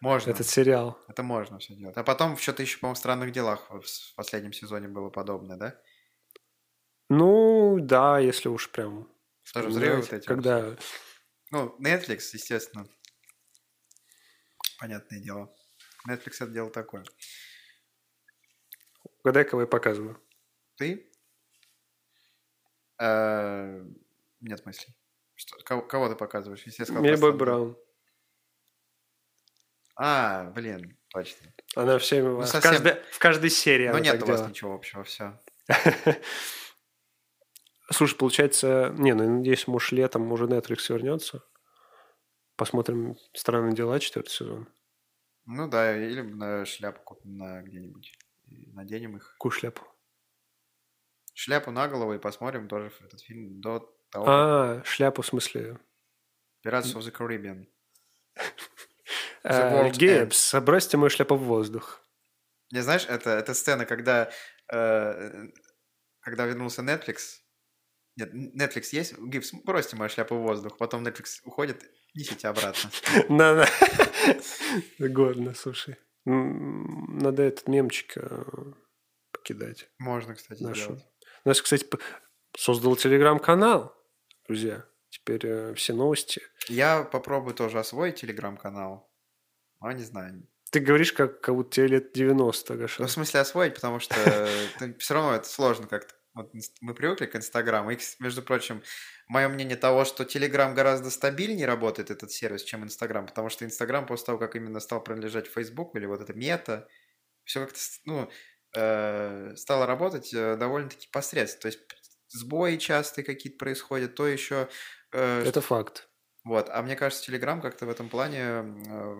Можно,
этот сериал.
это можно все делать. А потом что-то еще, по-моему, в «Странных делах» в с- в последнем сезоне было подобное, да?
Ну, да, если уж прям...
Тоже взрывы
вспоминать,
вот эти. вот.
Когда...
Ну, Netflix, естественно. Понятное дело. Netflix это дело такое.
Угадай, кого я показываю.
Ты? Э, Нет мыслей. Что- Кого, кого ты показываешь? Если я сказал
Мельбой
Константин.
Браун.
А, блин, точно.
Она все... в,
Ну, совсем.
каждой, в каждой серии
Ну
она
нет
так
у вас
делала.
ничего общего, все.
Слушай, получается... Не, ну, я надеюсь, муж летом уже Netflix вернется. Посмотрим «Странные дела», четвертый сезон.
Ну да, или на шляпу купим на где-нибудь. и Наденем их.
Какую шляпу?
Шляпу на голову и посмотрим тоже этот фильм до того, как
А, шляпу в смысле...
«Pirates of the Caribbean». The
Э,
World's
Геббс, бросьте мою шляпу в воздух.
Не знаешь, это, это сцена, когда, э, когда вернулся Netflix. Нет, Netflix есть? Гипс, бросьте мою шляпу в воздух. Потом Netflix уходит, несите обратно.
Да, да. Годно, слушай. М, Надо этот мемчик э, покидать.
Можно, кстати,
Нашу.
сделать.
У нас, кстати, п- создал телеграм-канал, друзья. Теперь э, все новости.
Я попробую тоже освоить телеграм-канал. А не знаю.
Ты говоришь, как, как будто тебе лет 90,
Ну,
Гаша.
в смысле освоить, потому что все равно это сложно как-то. Вот инст- мы привыкли к Инстаграму. И, кс- между прочим, мое мнение того, что Телеграм гораздо стабильнее работает этот сервис, чем Инстаграм, потому что Инстаграм после того, как именно стал принадлежать Фейсбуку или вот это мета, все как-то с- ну, э, стало работать э, довольно-таки посредственно. То есть п- сбои частые какие-то происходят, то еще...
Это факт.
Вот, а мне кажется, Телеграм как-то в этом плане э,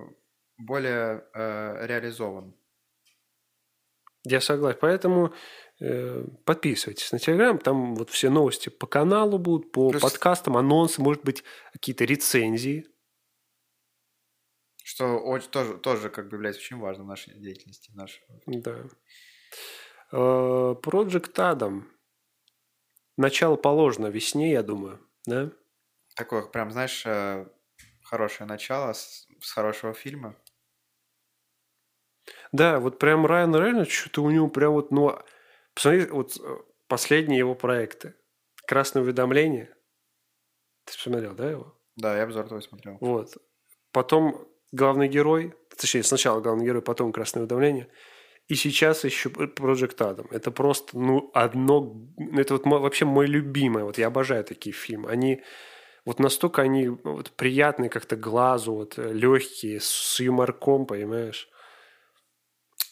более э, реализован.
Я согласен. Поэтому э, подписывайтесь на Телеграм. Там вот все новости по каналу будут, по
Плюс-
подкастам, анонсы, может быть, какие-то рецензии.
Что оч- тоже, тоже как бы является очень важным в нашей деятельности. в нашем-
Да. Э, Project Adam. начало положено весне, я думаю, да?
Такое, прям, знаешь, э, хорошее начало с, с хорошего фильма.
Да, вот прям Райан Рейнольдс, что-то у него прям вот, ну, посмотри, вот э, последние его проекты. «Красное уведомление». Ты посмотрел, да, его?
Да, я обзор твой смотрел.
Вот. Потом главный герой, точнее, сначала главный герой, потом «Красное уведомление». И сейчас еще Project Adam. Это просто, ну, одно... ну, Это вот мо- вообще мой любимое. Вот я обожаю такие фильмы. Они вот настолько они ну, вот приятные как-то глазу, вот легкие, с юморком, понимаешь?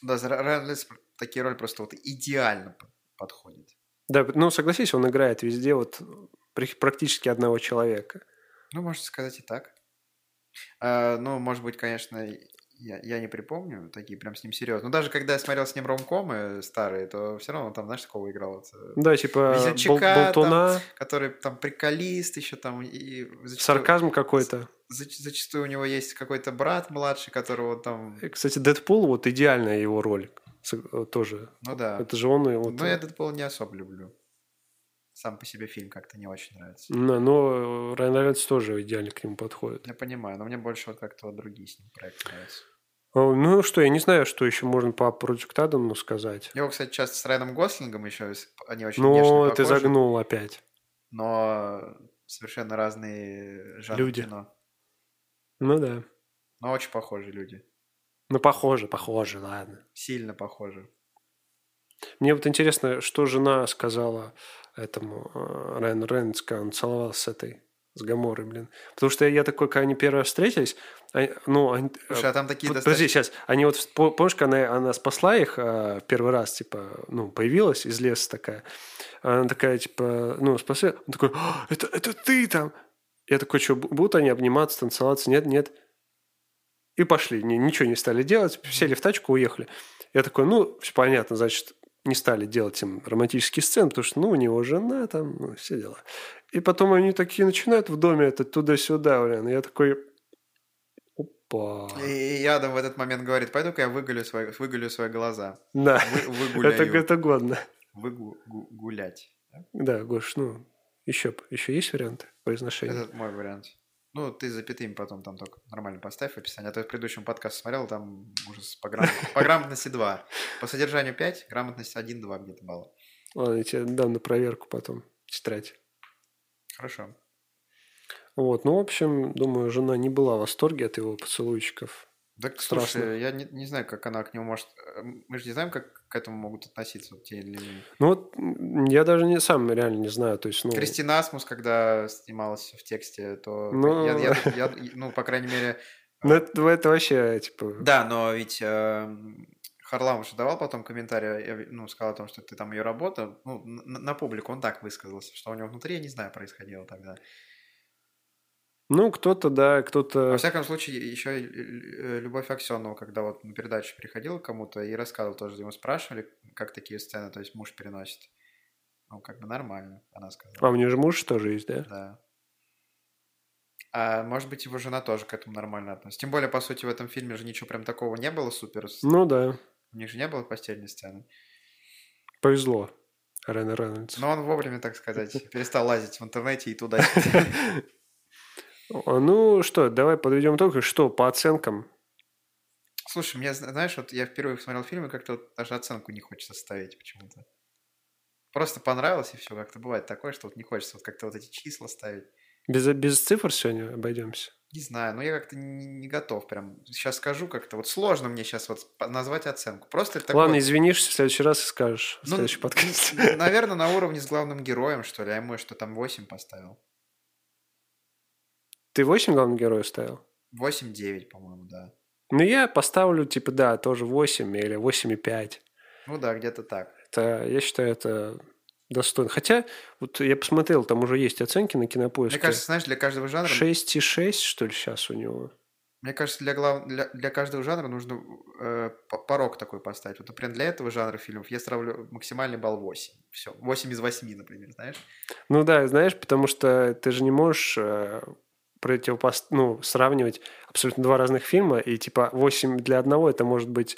Да, за Ра- Райан Рейнольдс такие роли просто вот идеально п- подходят.
Да, ну согласись, он играет везде вот при- практически одного человека.
Ну, можно сказать и так. А, ну, может быть, конечно, и- я, я не припомню такие прям с ним серьезные. Но даже когда я смотрел с ним ромкомы старые, то все равно он там, знаешь, такого играл, вот, э,
Да, типа бол-
Весельчака,
болтуна,
который там приколист еще там. И, и зачастую-
сарказм какой-то.
зач- зачастую у него есть какой-то брат младший, которого там...
И, Кстати, Дэдпул, вот идеальная его роль с- э, тоже.
Ну да.
Это же он и Э, вот...
Но Ну, я Дэдпул не особо люблю. Сам по себе фильм как-то не очень нравится.
Да, но э, Райан Рейнольдс тоже идеально к нему подходит.
Я понимаю, но мне больше вот как-то вот другие с ним проекты нравятся.
О, Ну что, я не знаю, что еще можно по Project Адаму сказать.
Его, кстати, часто с Райаном Гослингом еще они очень
Но
внешне
Ну, ты
похожи,
загнул опять.
но совершенно разные жанры
Люди.
кино.
Ну да.
Но очень похожи люди.
Ну, похоже, похоже, ладно.
Сильно
Э,
похожи.
Мне вот интересно, что жена сказала этому э, Райану Рейнольдс, когда он целовался с этой, с Гаморой, блин. Потому что я такой, когда они первый раз встретились, они- ну, они, э,
Слушай, а там такие
под-
достаточно...
Подожди, сейчас. Они вот, вс- по- помнишь, когда она, она спасла их э, первый раз, типа, ну, появилась из леса такая. Она такая, типа, ну, спасла. Он такой, «А, это, это ты там. Я такой, что, будут они обниматься, танцеваться? Нет, нет. И пошли, ни- ничего не стали делать, сели в тачку, уехали. Я такой, ну, все понятно, значит, не стали делать им романтические сцены, потому что, ну, у него жена там, ну, все дела. И потом они такие начинают в доме это туда-сюда, блин. Я такой, опа.
И и Адам в этот момент говорит, пойду-ка я выгулю свои, выгулю свои глаза.
Да.
Вы- Выгуляю.
Это, это годно.
Выгу- гу- гулять.
Да, Гош, ну, еще, еще есть варианты произношения?
Это мой вариант. Ну, ты с запятыми потом там только нормально поставь описание. А то я в предыдущем подкасте смотрел, там уже с по, грам- по грамотности 2. По содержанию 5, грамотность 1-2 где-то балла.
Ладно, я тебе дам на проверку потом, тетрадь.
Хорошо.
Вот, ну, в общем, думаю, жена не была в восторге от его поцелуйчиков.
Так,
Страшно.
слушай, я не, не знаю, как она к нему может... э, Мы же не знаем, как к этому могут относиться вот те или иные.
Ну, вот м, я даже не сам реально не знаю, то есть, ну...
Кристина Асмус, когда снималась в тексте, то...
Ну.
я- я- я- ну, по крайней мере...
Ну, это, это вообще, типа...
Да, но ведь эм, Харламов же давал потом комментарий, я ви- ну, сказал о том, что ты там ее работа, ну, на, на публику он так высказался, что у него внутри, я не знаю, происходило тогда.
Ну, кто-то, да,
Во
кто-то...
всяком случае, еще и, э, Любовь Аксенова, когда вот на передачу приходила к кому-то и рассказывал тоже, ему спрашивали, как такие сцены, то есть муж переносит. Ну, как бы нормально, она сказала.
А у нее же муж тоже есть, да?
Да. А может быть, его жена тоже к этому нормально относится. Тем более, по сути, в этом фильме же ничего прям такого не было супер.
Ну, да,
У них же не было постельной сцены.
повезло. Райан Рейнольдс.
Но он вовремя, так сказать, перестал лазить в интернете и туда. сюда.
Ну, что, давай подведем итог. Что, по оценкам?
Слушай, мне, зна- знаешь, вот я впервые смотрел фильм, и как-то вот даже оценку не хочется ставить почему-то. Просто понравилось, и все. Как-то бывает такое, что вот не хочется вот как-то вот эти числа ставить.
Без, без цифр сегодня обойдемся?
Не знаю, но я как-то не, не готов прям. Сейчас скажу как-то. Вот сложно мне сейчас вот по- назвать оценку. Просто это такое...
Ладно, извинишься, в следующий раз и скажешь. В
Ну,
следующий подкаст.
Наверное, на уровне с главным героем, что ли. А ему что там 8 поставил.
Ты 8 главных героев ставил?
8-9, по-моему, да.
Ну, я поставлю, типа, да, тоже 8 или 8,5.
Ну да, где-то так.
Это, я считаю, это достойно. Хотя, вот я посмотрел, там уже есть оценки на кинопоиске.
Мне кажется, знаешь, для каждого жанра
6,6, что ли, сейчас у него?
Мне кажется, для, глав... для, для каждого жанра нужно э, по- порог такой поставить. Вот, например, для этого жанра фильмов я ставлю максимальный балл 8. Все, 8 из 8, например, знаешь?
Ну да, знаешь, потому что ты же не можешь э, противопост... ну, сравнивать абсолютно два разных фильма, и типа 8 для одного это может быть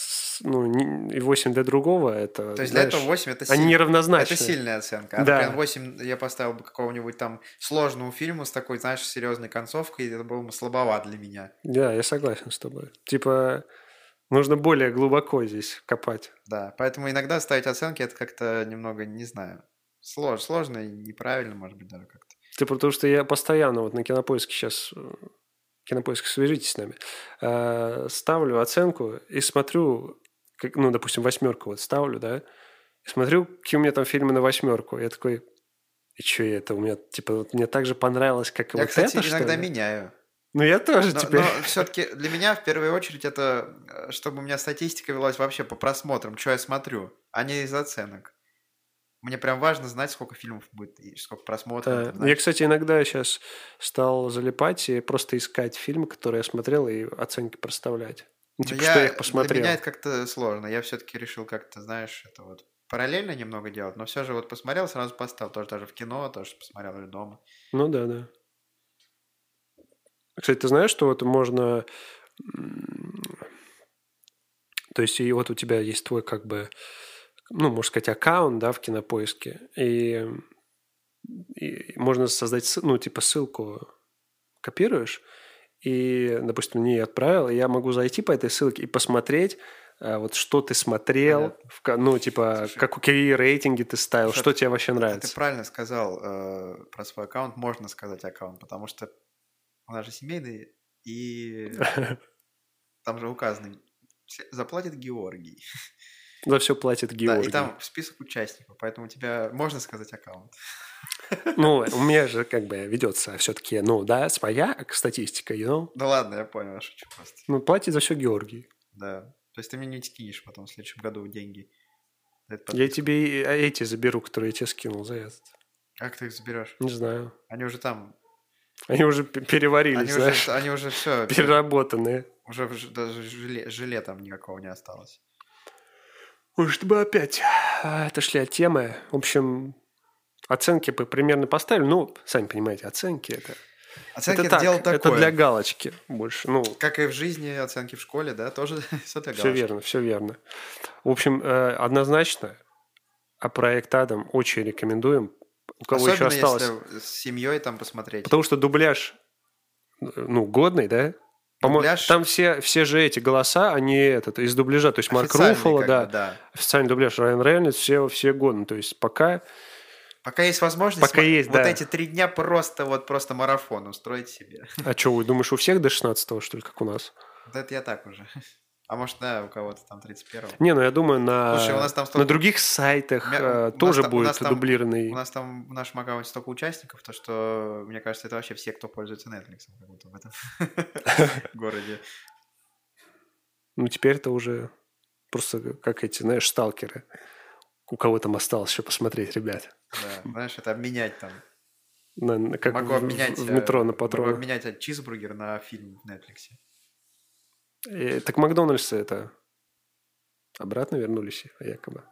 с- ну, не- и 8 для другого, это...
То есть
знаешь,
для этого 8 это
Они
сильно.
неравнозначны.
Это сильная оценка. А,
Да.
например, 8 я поставил бы какому-нибудь там сложному фильму с такой, знаешь, серьезной концовкой, и это было бы слабоват для меня.
Да, я согласен с тобой. Типа, нужно более глубоко здесь копать.
Да, поэтому иногда ставить оценки это как-то немного, не знаю, слож, сложно и неправильно, может быть, даже как-то.
Типа, потому что я постоянно вот на кинопоиске сейчас кинопоиск, свяжитесь с нами. э, Ставлю оценку и смотрю, как, ну, допустим, восьмерку вот ставлю, да, и смотрю, какие у меня там фильмы на восьмерку. Я такой, и что это? У меня, типа, вот мне так же понравилось, как и
я,
вот
кстати,
это, что
иногда
ли?
меняю.
Ну, я тоже
Но,
теперь.
все-таки для меня в первую очередь это, э, чтобы у меня статистика велась вообще по просмотрам, что я смотрю, а не из оценок. Мне прям важно знать, сколько фильмов будет и сколько просмотров.
Да. Э,
там,
Я,
знаешь.
кстати, иногда сейчас стал залипать и просто искать фильмы, которые я смотрел, и оценки проставлять. Ну,
Но
типа,
я-
что я их
Для
посмотрел.
меня это как-то сложно. Я все-таки решил как-то, знаешь, это вот параллельно немного делать, но все же вот посмотрел, сразу поставил. Тоже даже в кино, тоже посмотрел или дома.
Ну да, да. Кстати, ты знаешь, что вот можно... м, То есть, и вот у тебя есть твой как бы, ну, можно сказать, аккаунт, да, в кинопоиске, и, и можно создать, ссыл- ну, типа ссылку копируешь, и, допустим, мне её отправил, и я могу зайти по этой ссылке и посмотреть, а, вот что ты смотрел,
Понятно.
в ка- ну, типа,
Слушай,
как- какие рейтинги ты ставил,
слушай,
что тебе вообще
Ты
нравится.
правильно сказал э, про свой аккаунт. Можно сказать аккаунт, потому что у нас же семейный, и там же указано, все- заплатит Георгий.
За все платит
Да,
Георгий.
и там список участников, поэтому у тебя можно сказать аккаунт.
Ну, у меня же как бы ведется все-таки, ну да, своя статистика, you know.
Да ладно, я понял, я шучу просто.
Ну, платит за все Георгий.
Да. То есть ты мне не скинешь потом в следующем году деньги. за этот
Я
подпис-
тебе и а, эти заберу, которые я тебе скинул за этот.
Как ты их заберешь?
Не знаю.
Они уже там.
Они уже п- переварились,
Они уже,
знаешь,
они уже все.
переработанные.
Уже в ж- даже желе, желе там никакого не осталось.
Уж чтобы опять а, отошли от темы. В общем, оценки бы примерно поставили. Ну, сами понимаете, оценки это...
Оценки
это
это,
так,
дело
это
такое.
для галочки больше. Ну,
Как и в жизни, оценки в школе, да, тоже все для
Все
галочки.
верно, все верно. В общем, э, однозначно, а проект Адам очень рекомендуем. У кого еще
Особенно
осталось?
если с семьей там посмотреть.
Потому что дубляж, э, ну, годный, да? По-моему,
Дубляж-
Там все, все же эти голоса, они этот, из дубляжа. То есть Марк
Официальный
Руффало,
как бы,
да,
да.
официальный дубляж Райан Рейнольдс, все, все годны. То есть пока...
Пока есть возможность,
Пока
смо-
есть,
вот
да.
эти три дня просто вот просто марафон устроить себе.
А что, вы думаешь, у всех до 16 что ли, как у нас?
Вот это я так уже. А может, да, у кого-то там 31-го.
Не, ну я думаю, на,
Слушай, у нас там
на
столько-
других сайтах
Мя- у
э,
нас
тоже
там- у
будет
нас там-
дублированный.
У нас там в нашем аккаунте столько участников, то что, мне кажется, это вообще все, кто пользуется Netflix как будто в этом городе.
Ну, теперь это уже просто как эти, знаешь, сталкеры. У кого там осталось еще посмотреть, ребят.
Да, знаешь, это обменять там.
На- на- как
Могу
в,
обменять...
в
э,
метро на
Могу
патроны.
обменять этот чизбургер на фильм в Netflix.
Э, так Макдональдсы это обратно вернулись якобы.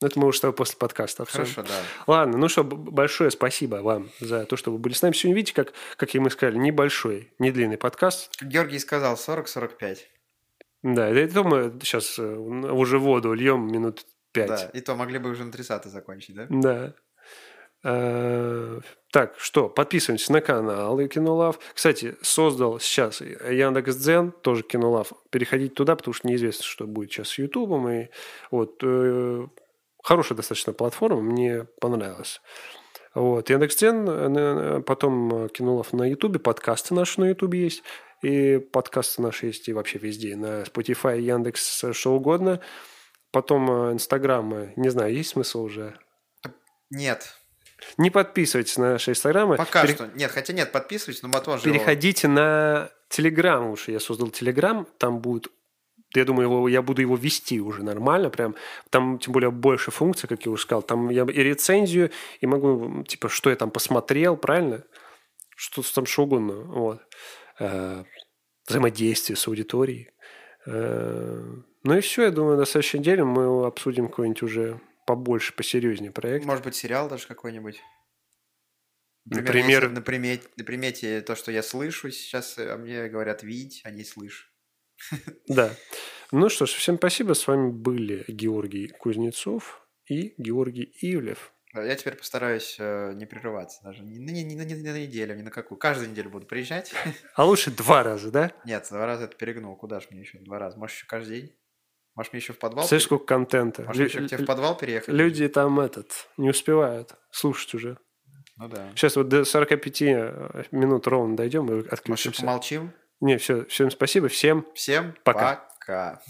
Ну, это мы уже с тобой после подкаста обсудим.
Хорошо, да.
Ладно, ну что, б- большое спасибо вам за то, что вы были с нами. Сегодня видите, как, как и мы сказали, небольшой, не длинный подкаст.
Как Георгий сказал, 40-45.
Да, это это мы сейчас э, уже воду льем минут пять.
Да, и то могли бы уже на 30 закончить, да?
Да. Э, Так, что, подписывайтесь на канал и Кинолав. Кстати, создал сейчас Яндекс.Дзен, тоже Кинолав. Переходите туда, потому что неизвестно, что будет сейчас с Ютубом. И вот э, хорошая достаточно платформа, мне понравилась. Вот, Яндекс.Дзен, э, на- потом э, Кинолав на Ютубе, подкасты наши на Ютубе есть. И подкасты наши есть и вообще везде. На Spotify, Яндекс, э, что угодно. Потом э, Инстаграм, э, не знаю, есть смысл уже
Нет,
не подписывайтесь на наши инстаграмы.
пока
Пере-
что. Нет, хотя нет, подписывайтесь, но Матвон же его-
Переходите на Телеграм уж. Я создал Телеграм, там будет я думаю, его, я буду его вести уже нормально, прям. Там, тем более, больше функций, как я уже сказал. Там я и рецензию, и могу, м, типа, что я там посмотрел, правильно? Что там что угодно, вот. Э, Взаимодействие с аудиторией. Э, Ну и все, я думаю, на следующей неделе мы обсудим какой-нибудь уже побольше, посерьезнее проект.
Может быть, сериал даже какой-нибудь. Ну,
Например?
если на, примете, на э, примете то, что я слышу сейчас, а мне говорят «видеть», а не «слышь».
Да. Ну что ж, всем спасибо. С вами были Георгий Кузнецов и Георгий Ивлев.
А Я теперь постараюсь э, не прерываться даже. Ни, ни- ни- ни- ни на неделю, ни на какую. Каждую неделю буду приезжать.
А лучше два раза, да?
Нет, два раза это перегнул. Куда же мне еще два раза? Может, еще каждый день? Может, мне еще в подвал?
Слышишь,
пере-
сколько контента.
Может, мне еще к тебе в подвал переехать?
Люди там этот не успевают слушать уже.
Ну да.
Сейчас вот до 45 минут ровно дойдем и
Может, еще
отключимся.
помолчим?
Не, все, всем спасибо, всем
Всем
Пока.
пока.